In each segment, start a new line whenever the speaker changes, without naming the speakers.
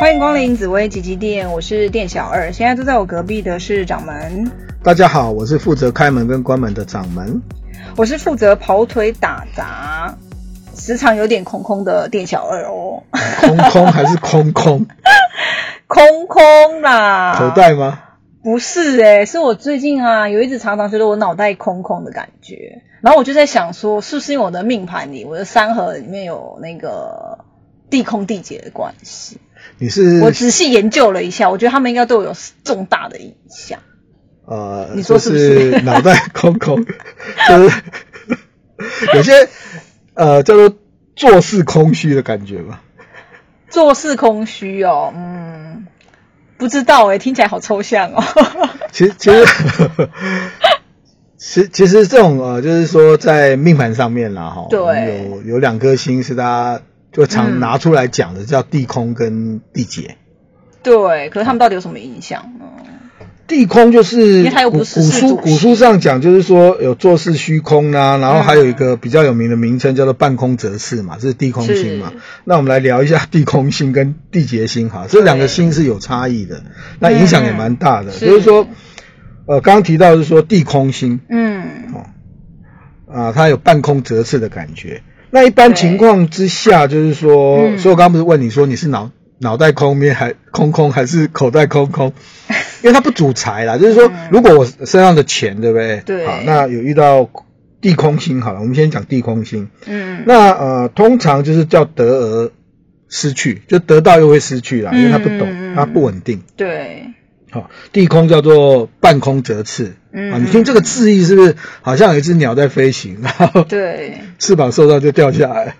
欢迎光临紫薇吉吉店，我是店小二。现在坐在我隔壁的是掌门，
大家好，我是负责开门跟关门的掌门。
我是负责跑腿打杂，时常有点空空的店小二哦，
空空还是空空？
空空啦，
口袋吗？
不是诶、是我最近啊，有一直常常觉得我脑袋空空的感觉，然后我就在想说，是不是因为我的命盘里，我的三合里面有那个地空地劫的关系？
你是
我仔细研究了一下，我觉得他们应该对我有重大的影响。
呃，
你说是
就
不是
是脑袋 空空，就是有些呃叫做做事空虚的感觉吧。
做事空虚哦，嗯，不知道诶、听起来好抽象 哦。
其实其实其其实这种呃，就是说在命盘上面啦，哈，
对
我们有有两颗星是大家就
嗯
常拿出来讲的，叫地空跟地劫。
对，可是他们到底有什么影响呢？
地空就是
因为它又
古
不
古
是世
书
主嗯
古书上讲，就是说有做事虚空啦、然后还有一个比较有名的名称叫做半空折翅嘛，这是地空星嘛
是。
那我们来聊一下地空星跟地劫星哈，这两个星是有差异的，那影响也蛮大的。
嗯
就是说
是，
呃，刚刚提到是说地空星
嗯，
啊，它有半空折翅的感觉。那一般
对
情况之下，就是说，
嗯
所以我刚刚不是问你说你是脑脑袋空面还空空还是口袋空 空？因为它不主财啦，就是说
嗯，
如果我身上的钱，对不对？
对
好，那有遇到地空星好了，我们先讲地空星。
嗯，
那呃，通常就是叫得而失去，就得到又会失去啦，因为它不
嗯嗯嗯
懂，它不稳定。
对，
好、地空叫做半空折翅。
嗯
啊，你听这个字义是不是好像有一只鸟在飞行，然后
对，
翅膀受到就掉下来？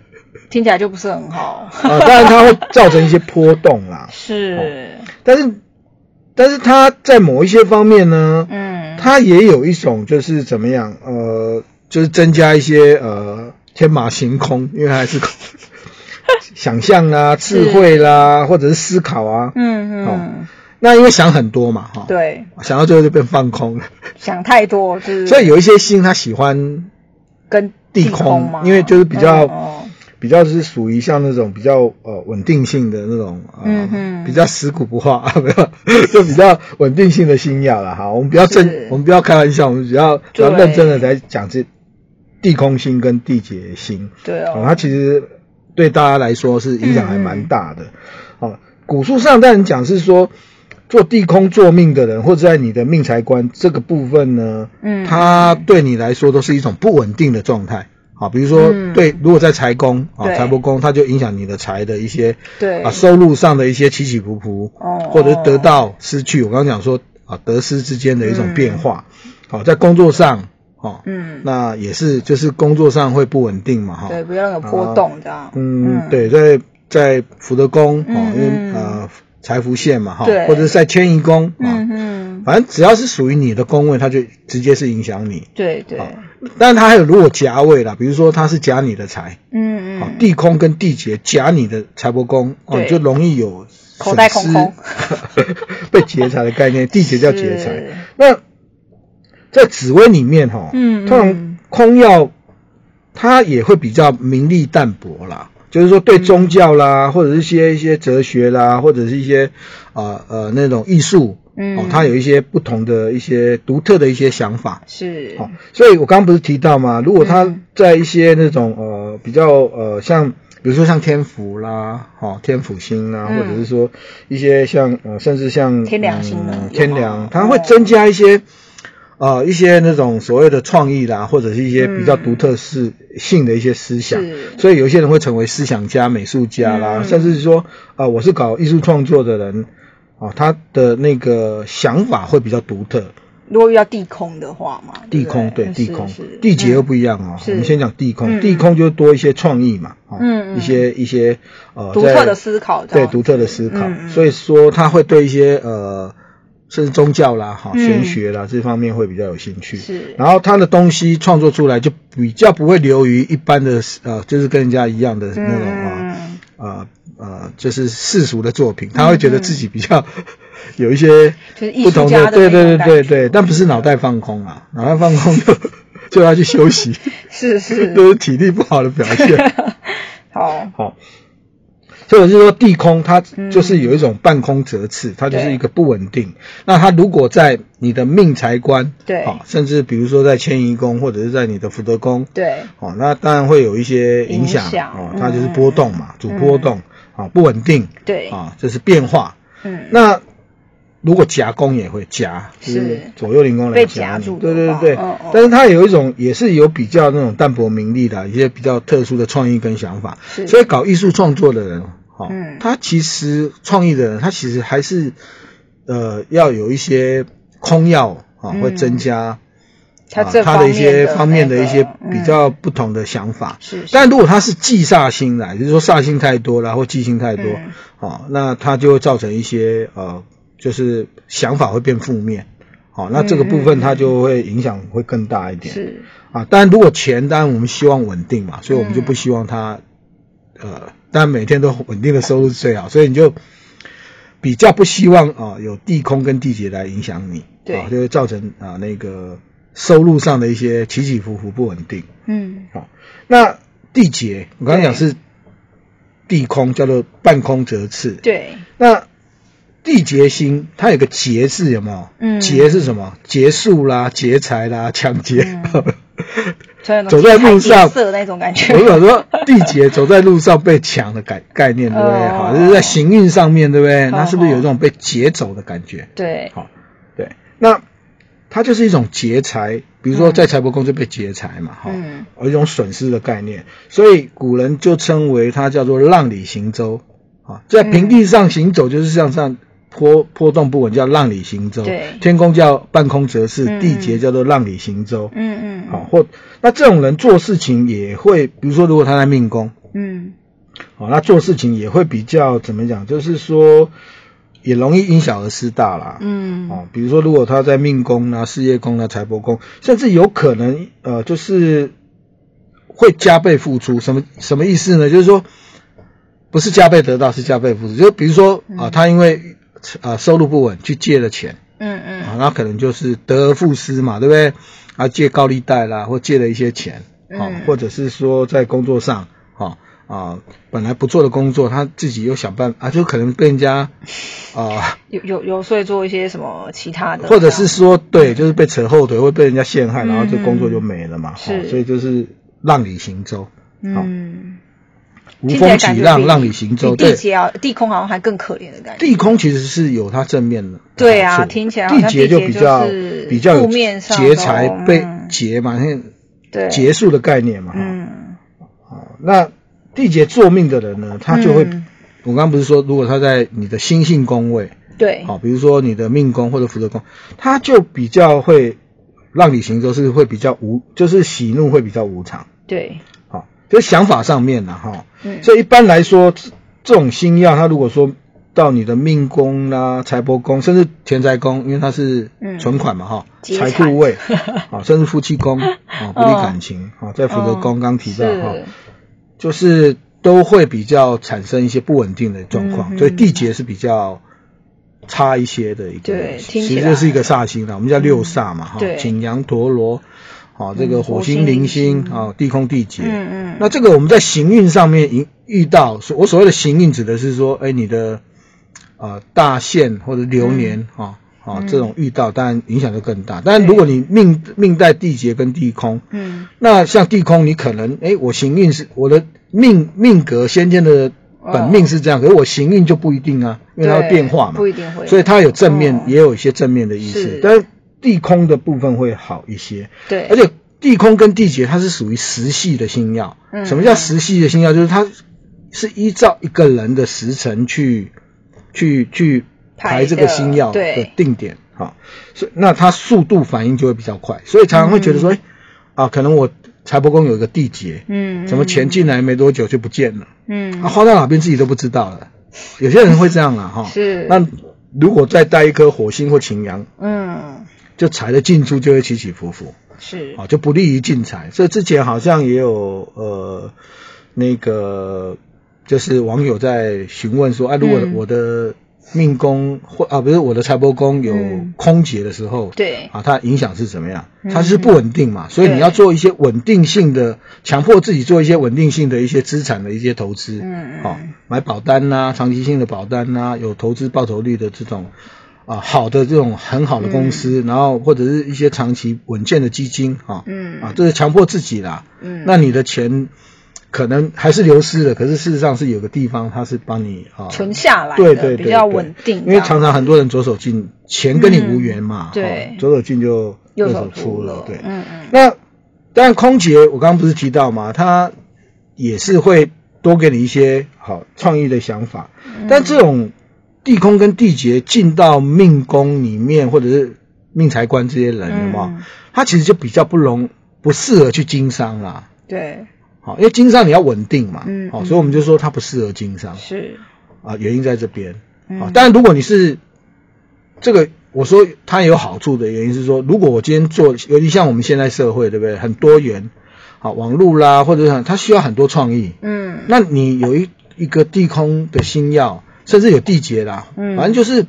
听起来就不是很好。
啊，当然它会造成一些波动啦，
是，
但是但是它在某一些方面呢，
嗯，
它也有一种就是怎么样，呃，就是增加一些呃天马行空，因为它还是 空想象啦、智慧啦，或者是思考啊。
嗯嗯
哦，那因为想很多嘛，哈、
对，
想到最后就变放空了。
想太多，就是
所以有一些星它喜欢
跟
地
空
空
嘛，
因为就是比较
嗯嗯
比较是属于像那种比较呃稳定性的那种，呃、
嗯哼
比较死骨不化， 没有，就比较稳定性的星耀了哈。我们不要
是
正，我们不要开玩笑，我们比较比
对
较认真的来讲这地空星跟地劫星，
对
哦
哦，，
它其实对大家来说是影响
嗯
还
嗯
蛮大的。哦，古书上当然讲是说做地空做命的人，或者在你的命财官这个部分呢，
嗯
它对你来说都是一种不稳定的状态。啊，比如说
嗯
对，如果在财宫啊，
对
财帛宫，它就影响你的财的一些
对
啊收入上的一些起起伏伏，
哦
或者是得到失去。我刚刚讲说啊，得失之间的一种
嗯
变化。好、在工作上，哦、
嗯，
那也是就是工作上会不稳定嘛，哈、
对，不要有波动，这样，
啊嗯，，对，在在福德宫哦
嗯，
因
嗯
为呃财福线嘛哈
对，
或者是在迁移宫啊，
嗯嗯，
反正只要是属于你的宫位，它就直接是影响你。
对对，
好但它还有如果夹位啦，比如说它是夹你的财，
嗯
啊
嗯，，
地空跟地劫夹你的财帛宫，哦，
对
你就容易有
口袋
损
空
失
空
被劫财的 概念，地劫叫劫财。
是，
那在紫薇里面哈，
嗯嗯
通常空药它也会比较名利淡薄啦，就是说对宗教啦，
嗯
或者是一些一些哲学啦，或者是一些呃呃那种艺术
嗯
哦，它有一些不同的一些独特的一些想法。
是，
哦，所以我刚刚不是提到嘛，如果他
嗯
在一些那种呃比较呃像，比如说像天府啦，哦天府星啦，
嗯
或者是说一些像呃甚至像
天梁星呢
嗯
有
天
吗
梁
哦，
它会增加一些。呃，一些那种所谓的创意啦，或者是一些比较
嗯
独特是性的一些思想，
是
所以有些人会成为思想家、美术家啦，
嗯
甚至是说，啊、我是搞艺术创作的人，啊、他的那个想法会比较独特，
如果遇到地空的话嘛，
地
不
空对
是
地空
是，
地劫又不一样哦。
是
我们先讲地空，
嗯
地空就是多一些创意嘛，哦
嗯嗯
一些一些呃
独特的
在
思考这
对
样子
独特的思考
嗯嗯，
所以说他会对一些呃甚至宗教啦、哈
嗯
玄学啦这方面会比较有兴趣。
是
然后他的东西创作出来就比较不会流于一般的呃，就是跟人家一样的那种啊
嗯嗯
呃呃，就是世俗的作品，他会觉得自己比较 有一些
就是艺
不
术
同
家的
对
那
对
种
对对
感
对，但不是脑袋放 空啊，脑袋放空就 就要去休息，
是
都
是，
是体力不好的表现。
好，
好，所以我是说地空它
嗯
就是有一种半空折翅，它就是一个不稳定。那它如果在你的命财官，
对
好、甚至比如说在迁移宫或者是在你的福德宫，
对，
哦，那当然会有一些影响
影响嗯
哦，它就是波动嘛，主波动啊、不稳定
对，
啊，这是变化。
嗯，
那如果夹攻也会夹，就是
是
左右邻宫来
被
夹
夹
你
住
对
的
对
话
对。
嗯嗯
但是它有一种也是有比较那种淡泊名利的，一些比较特殊的创意跟想法。
是，
所以搞艺术创作的人，哦，
嗯
他其实创意的人，他其实还是呃要有一些空药啊、
嗯
会增加。
他
啊
这
他的一些方面
的
的
那
一些
个
比
嗯
较不同的想法，
是，是
但如果他是忌煞星来，就是说煞星太多啦，或忌星太多，
嗯
哦，那它就会造成一些呃，就是想法会变负面，好、那这个部
嗯
分
嗯嗯
它就会影响会更大一点。
是
啊，当然如果钱，当然我们希望稳定嘛，所以我们就
嗯
不希望它，呃，当然每天都稳定的收入是最好，所以你就比较不希望啊、有地空跟地劫来影响你，
对
啊，就会造成啊、那个收入上的一些起起伏伏不稳定。
嗯，
那地劫，我刚刚讲是地空，叫做半空折翅。
对，
那地劫星，它有个劫字，有没有？
嗯
劫是什么？结束啦，劫财啦，抢劫。
嗯所以
走在路上
色那种感觉，
我想说，地劫走在路上被抢的概概念，对不对？
哦
好，就是在行运上面，对不对？
哦
那是不是有一种被劫走的感觉？
对，
好，对，那它就是一种劫财，比如说在财帛宫就被劫财嘛，哈、
嗯
有一种损失的概念，所以古人就称为它叫做浪里行舟啊，在平地上行走就是向上波波动不稳，叫浪里行舟。
嗯对
天空叫半空折
嗯
翅，
嗯
地劫叫做浪里行舟。
嗯嗯，
啊，或那这种人做事情也会，比如说如果他在命宫，
嗯，
哦，那做事情也会比较怎么讲，就是说也容易因小而失大啦。
嗯嗯，
哦，比如说，如果他在命宫啊、事业宫啊、财帛宫，甚至有可能呃，就是会加倍付出。什么什么意思呢？就是说，不是加倍得到，是加倍付出。就比如说啊、他因为啊、收入不稳去借了钱
嗯
啊，
嗯，
那可能就是得而复失嘛，对不对？啊，借高利贷啦，或借了一些钱啊，
嗯
或者是说在工作上啊啊，本来不做的工作，他自己又想办啊，就可能被人家啊。
有有有，所以做一些什么其他的这样，
或者是说，对，就是被扯后腿，会被人家陷害，
嗯
然后这工作就没了嘛。
是
哦所以就是浪里行舟，
嗯，
无
听起来感
风起
觉
浪，
比
浪里行舟。
比地
对，
劫啊，地空好像还更可怜的感觉。
地空其实是有它正面的好处。
对啊听起来好像
地劫比较
地劫就是
比较有
负面上
劫财
的哦
被
嗯
劫嘛，那
对，
结束的概念嘛。哈
嗯，
哦那地劫做命的人呢，他就会，
嗯
我刚刚不是说，如果他在你的心性宫位，
对，
好，比如说你的命宫或者福德宫，它就比较会让你行舟是会比较无，就是喜怒会比较无常，
对，
好，就是想法上面呢、哈、
嗯，
所以一般来说，这这种星耀，它如果说到你的命宫啦、财帛宫，甚至田宅宫，因为它是
嗯
存款嘛，哈、
劫
财
财
库位，啊，甚至夫妻宫，啊，不利
哦
感情，啊，在福德宫刚提到啊哈、
是
就是都会比较产生一些不稳定的状况，
嗯嗯
所以地劫是比较差一些的一个，
对听起
其
来嗯
实就是一个煞星了，我们叫六煞嘛，哈、
对
景阳陀罗，好、这
嗯
个
火
火
星
星、零
铃
星
星
啊、地空地劫。
嗯嗯，
那这个我们在行运上面遇遇到，所我所谓的行运指的是说，哎，你的呃大限或者流年啊啊、
嗯
这种遇到，当然影响就更大。但如果你命命带地劫跟地空，
嗯
那像地空，你可能哎，我行运是我的命命格先天的本
哦
命是这样，可是我行运就不一定啊，因为它会
对
变化嘛，
不一定会
所以它有正面，
哦
也有一些正面的意
是
思，但是地空的部分会好一些，
对，
而且地空跟地劫它是属于时系的星曜，
嗯
什么叫时系的星曜？就是它是依照一个人的时辰去去去
排
排
的
这个星曜
对
的定点啊，所以那它速度反应就会比较快，所以常常会觉得说，哎、啊，可能我财帛宫有一个地劫，
嗯，
怎么钱进来没多久就不见了，
嗯
啊，花到哪边自己都不知道了，有些人会这样啦，哈，
是
那如果再带一颗火星或擎羊，
嗯
就财的进出就会起起伏伏。
是
啊，就不利于进财。所以之前好像也有呃那个就是网友在询问说，啊，如果
嗯
我的命宫或啊不是我的财帛宫有
嗯
空劫的时候，
对，
啊，它影响是怎么样？
嗯
它是不稳定嘛，所以
对
你要做一些稳定性的，强迫自己做一些稳定性的一些资产的一些投资，
嗯
哦，买保单呐、长期性的保单呐、有投资报酬率的这种啊，好的这种很好的公司，然后或者是一些长期稳健的基金啊，
嗯
啊，这是强迫自己啦。
嗯，
那你的钱可能还是流失了，可是事实上是有个地方它是帮你啊
存下来的
对对对，
比较
对
稳定，
因为常常很多人左手进，钱跟你无缘嘛，
嗯对
哦左手进就
右
手
手
出
了，
对。
嗯嗯，
那当然，空姐我刚刚不是提到嘛，她也是会多给你一些好创意的想法，
嗯
但这种地空跟地劫进到命宫里面，或者是命财官这些人有没有
嗯
他其实就比较不容不适合去经商啦。
对，
好，因为经商你要稳定嘛，
嗯
好，
嗯
所以我们就说他不适合经商。
是，
啊，原因在这边
嗯
啊。当然，如果你是这个，我说它有好处的原因是说，如果我今天做，尤其像我们现在社会，对不对？很多元，啊，网络啦，或者是很它需要很多创意。
嗯
那你有一一个地空的星耀，甚至有地劫啦，
嗯
反正就是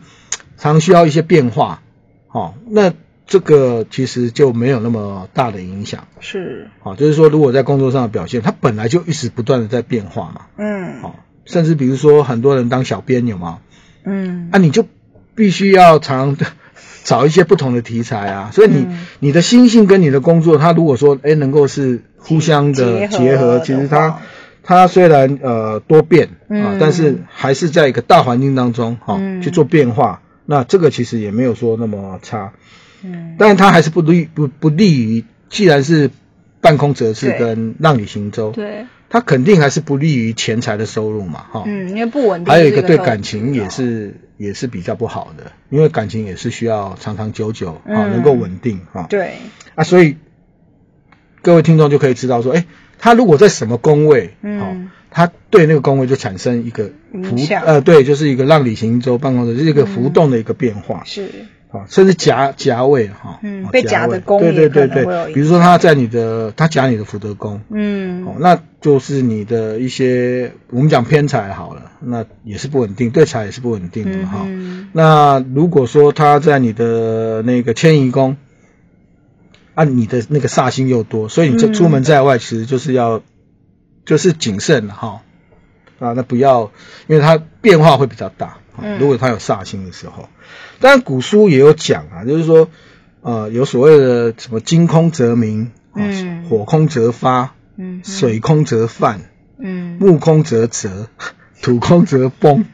常需要一些变化，哦，那这个其实就没有那么大的影响。
是，
啊，就是说，如果在工作上的表现，它本来就一直不断的在变化嘛，
嗯
哦，甚至比如说很多人当小编有吗？
嗯
啊，你就必须要常 找一些不同的题材啊。所以你、
嗯
你的心性跟你的工作，它如果说哎能够是互相的
结
结
合
合，
的
其
话
实它它虽然呃多变啊
嗯，
但是还是在一个大环境当中哈、
嗯
去做变化。那这个其实也没有说那么差，
嗯
但是它还是不利不不利于，既然是半空折翅
对
跟浪里行舟，
对，
它肯定还是不利于钱财的收入嘛哈。
嗯，因为不稳定，
还有一个对感情也，是也是比较不好的，因为感情也是需要长长久久啊、
嗯
能够稳定啊
对，
啊，所以各位听众就可以知道说，哎，他如果在什么宫位，
嗯
哦，他对那个宫位就产生一个浮
影响嗯
呃，对，就是一个让李行舟办公室就是一个浮动的一个变化
是，
啊、甚至夹夹位哈，
嗯
哦
被夹的
位
宫
对
也
对对
可能会有
对，
影
比如说他在你的他夹你的福德宫，哦
嗯，
那就是你的一些我们讲偏财好了，那也是不稳定，对财也是不稳定的
嗯
嘛哈、
嗯
那如果说它在你的那个迁移宫，啊，你的那个煞星又多，所以你这
嗯
出门在外其实就是要、就是谨慎了哈、啊，那不要，因为它变化会比较大。啊
嗯
如果它有煞星的时候，当然古书也有讲啊，就是说，呃，有所谓的什么金空则明，啊
嗯
火空则发，
嗯，
水空则泛，
嗯，
木空则折， 土空则崩，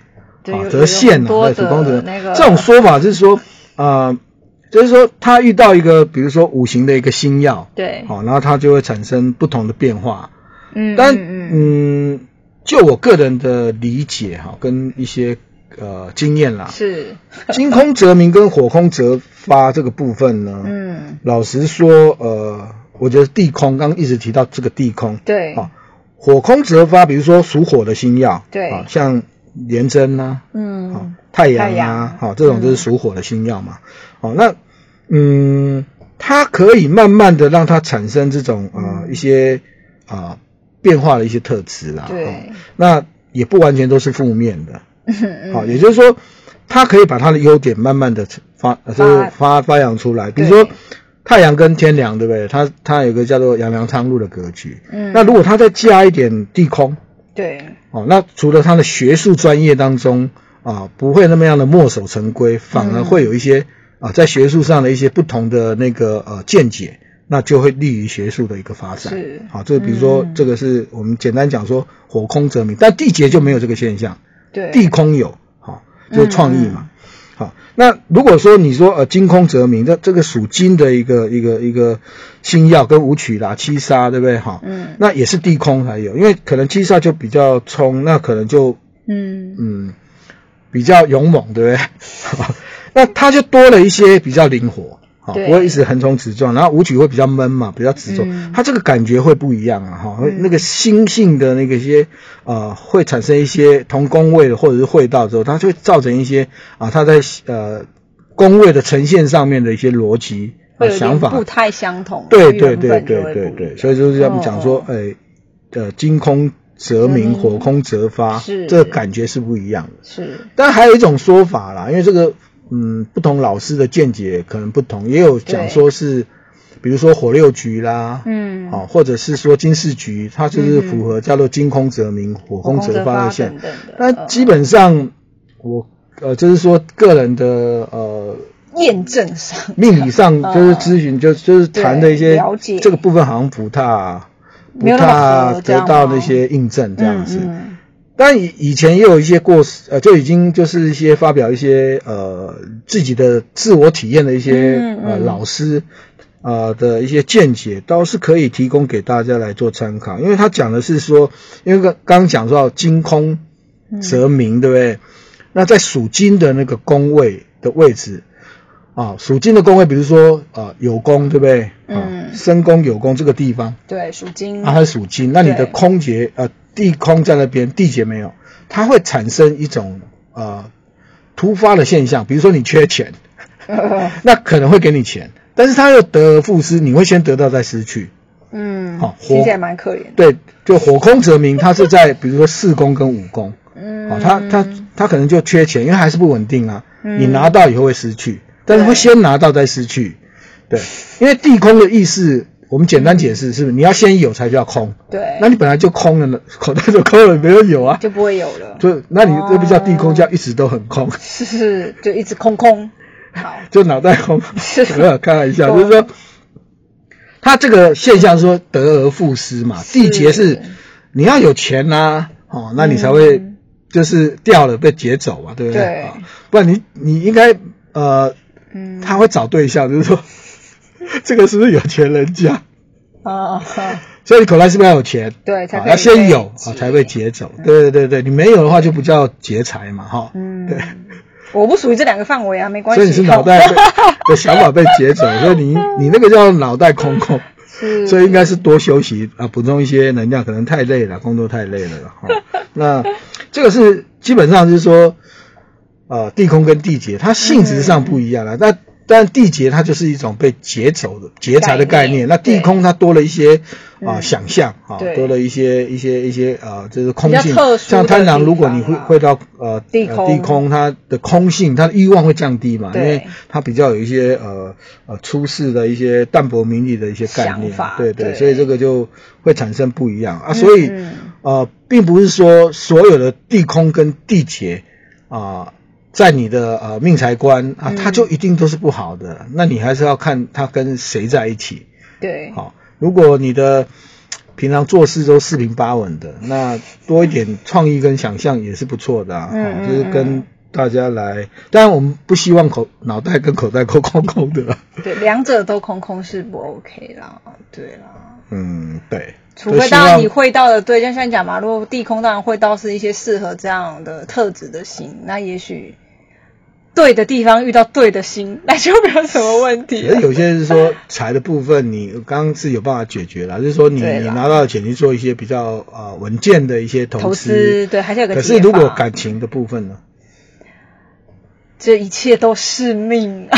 对有
啊，
有
则陷
很
啊，
多
对，土空
的
则
那个
这种说法就是说，呃，就是说他遇到一个，比如说五行的一个星耀，
对，
好、然后它就会产生不同的变化。
嗯，
但
嗯嗯
嗯，就我个人的理解哈、跟一些呃经 验啦，
是，
金空则明跟火空则发这个部分呢，
嗯，
老实说，呃，我觉得地空刚刚一直提到这个地空，
对，
啊，火空折发，比如说属火的星耀，
对
啊，像廉贞呐、啊，
嗯
太阳
太
啊
阳，
好、这种就是属火的星耀嘛。哦，那嗯，它可以慢慢的让它产生这种呃、
嗯
一些啊、变化的一些特质啦。
对
哦那也不完全都是负面的。
嗯
好、也就是说，它可以把它的优点慢慢的发，呃就是发发扬出来。比如说
对，
太阳跟天梁，对不对？它它有一个叫做阳梁苍入的格局。
嗯
那如果它再加一点地空，
对，
哦，那除了他的学术专业当中啊，不会那么样的墨守成规，反
嗯
而会有一些、啊，在学术上的一些不同的那个呃见解，那就会利于学术的一个发展。
是
好、这个比如说、
嗯
这个是我们简单讲说火空则明，但地劫就没有这个现象，
对，
地空有，好、就是创意
嗯
嘛。好、那如果说你说呃金空则明，这这个属金的一个一个一个星耀跟武曲啦、七杀，对不对？好、
嗯
那也是地空才有，因为可能七煞就比较冲，那可能就
嗯
嗯比较勇猛，对 不对？那它就多了一些比较灵活，好、
对
不会一直横冲直撞。然后舞曲会比较闷嘛，比较直撞，
嗯
它这个感觉会不一样啊，哈、会
嗯
那个心性的那个一些呃，会产生一些同宫位的或者是会道之后，它就会造成一些啊，它在呃宫位的呈现上面的一些逻辑、
会
呃、
有一
想
点
法
不太相同，
对
原
对对
本就
对
会
对
不一哦
对，
样
所以就是他们讲说
哦，
哎，呃，金空则鸣，火空则发，
是
这个感觉是不一样的。
是
但还有一种说法啦，因为这个嗯，不同老师的见解可能不同，也有讲说是，比如说火六局啦，
嗯，
哦，或者是说金四局，它就是符合叫做金空则鸣，火
火
空
则
则发的
等
线。
等的，
那
呃
基本上我呃，就是说个人的呃
验证上
命理上
嗯
就是咨询，就就是
对
谈的一些
了解
这个部分好像不大不
没有那么
大
合这
得
样
到
吗
那些印证这样子。
嗯
但以以前也有一些过呃，就已经就是一些发表一些呃自己的自我体验的一些、
嗯
呃
嗯
老师呃的一些见解，倒是可以提供给大家来做参考，因为他讲的是说，因为刚刚刚讲到金空
嗯
则明，对不对？那在属金的那个宫位的位置。啊，属金的宫位，比如说呃有宫，对不对？啊
嗯，
申宫有宫这个地方，
对属金
啊，它是属金，那你的
对
空劫呃地空在那边，地劫没有，它会产生一种呃突发的现象，比如说你缺钱，那可能会给你钱，但是它又得而复失，你会先得到再失去。
嗯
好，火
听起来蛮可怜的，
对，就火空则明，它是在比如说四宫跟五宫，
嗯，
哦，它它它可能就缺钱，因为还是不稳定啊。
嗯
你拿到以后会失去，但是会
对
先拿到再失去，对，因为地空的意思，我们简单解释是不是？你要先有才叫空。
对，
那你本来就空了呢，口袋都空了，没有有啊，
就不会有了，
就那你这不叫地空，
哦
叫一直都很空，
是是，就一直空空，好，
就脑袋 空。
是
没有开玩笑，
哦
就是说，他这个现象说得而复失嘛，地劫是你要有钱呐、哦，那你才会
嗯
就是掉了被劫走嘛，对不
对
啊，不然你你应该呃，
嗯
他会找对象，就是说 这个是不是有钱人家？
啊，啊
所以你口袋是不是要有钱？
对，才
啊
可以
要先有
被
啊才被劫走。对对对对，你没有的话就不叫劫财嘛，哈。
嗯
对，
我不属于这两个范围啊，没关系。
所以你是脑袋被 的想法被劫走，所以你你那个叫脑袋空空，
是，
所以应该是多休息啊，补充一些能量，可能太累了，工作太累 了哈。那这个是基本上是说，呃，地空跟地劫它性质上不一样
嗯
了，那。但地劫它就是一种被劫走的劫财的概
概
念，
念
那地
对
空它多了一些啊、
嗯
想象啊，
对
多了一些一些一些啊、呃，就是空。空
比较
性，
特殊
像
的
贪
地
婪，如果
方
你会
啦
会到呃
地
呃
空
地空，它的空性，它的欲望会降低嘛，因
对
为它比较有一些呃呃出世的一些淡泊名利的一些概念
想法，
对对，
对
所以这个就会产生不一样啊，所以、
嗯嗯
呃，并不是说所有的地空跟地劫啊。在你的呃命财观啊，
嗯
它就一定都是不好的，那你还是要看它跟谁在一起。
对，
好，如果你的平常做事都四平八稳的，那多一点创意跟想象也是不错的啊。
嗯
哦
嗯
就是跟大家来，当然我们不希望口脑袋跟口袋 空空空的啦。
对，两者都空空是不 OK 啦，对啦。
嗯，对。
除
就
非
希
当然
望
你会到的对，就像你讲嘛，如果地空当然会到是一些适合这样的特质的心，那也许对的地方遇到对的心，那就没有什么问 题
也
了。
有些是说财的部分，你刚刚是有办法解决了，就是说你
对
你
啦
拿到的钱去做一些比较呃稳健的一些投
投资对，还是有个
可是如
解
果
法
感情的部分呢，
这一切都是命，啊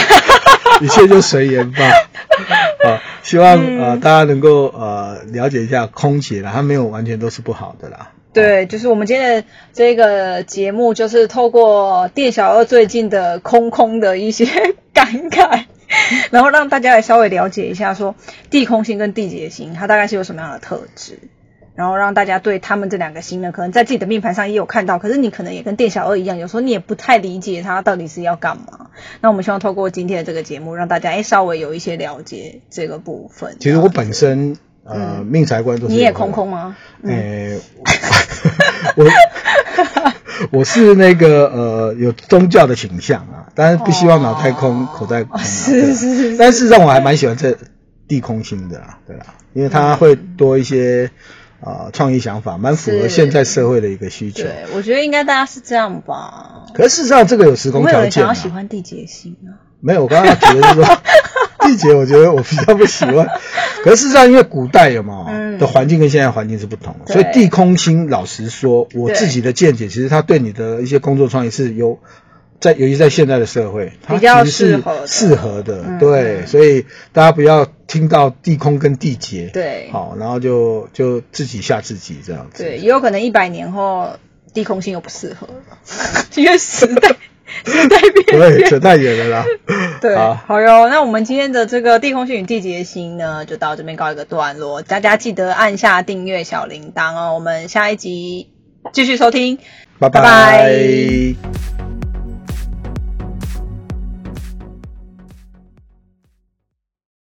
一切就随缘吧。 啊，希望
嗯
呃大家能够呃了解一下空姐啦，它没有完全都是不好的啦。
对，就是我们今天的这个节目，就是透过店小二最近的空空的一些 感 慨，然后让大家来稍微了解一下说，地空星跟地劫星它大概是有什么样的特质，然后让大家对他们这两个星呢，可能在自己的命盘上也有看到，可是你可能也跟店小二一样，有时候你也不太理解它到底是要干嘛。那我们希望透过今天的这个节目，让大家哎稍微有一些了解这个部分。
其实我本身呃命财官都
嗯
是
你也
有的
空空吗？
诶、哎我 我是那个呃有宗教的倾向啊，但是不希望脑袋空、
哦
口袋空、啊。
是
对啊
是是
但事实上我还蛮喜欢这地空星的啦，对啦，因为它会多一些呃创意想法，蛮符合
是
现在社会的一个需求。
对，我觉得应该大家是这样吧。
可是事实上这个有时
不
空
会有
条
人想
件
要
啊。
喜欢地杰星啊。
没有，我刚刚觉得是 说地劫，我觉得我比较不喜欢。可是事实上，因为古代有嘛、
嗯
的环境跟现在环境是不同
对
的，所以地空星，老实说，我
对
自己的见解，其实它对你的一些工作创意是有在尤其在现在的社会，它
比较
其实是
适合的
适合的，
嗯
对，
嗯
所以大家不要听到地空跟地劫，
对
好，然后就就自己吓自己这样子，
对，也有可能一百年后地空性又不适合 了，因为时代时代 变，
对，扯太远了啦
对，
好，
好哟。那我们今天的这个地空性与地结星呢，就到这边告一个段落。大家记得按下订阅小铃铛哦，我们下一集继续收听。
拜
拜
拜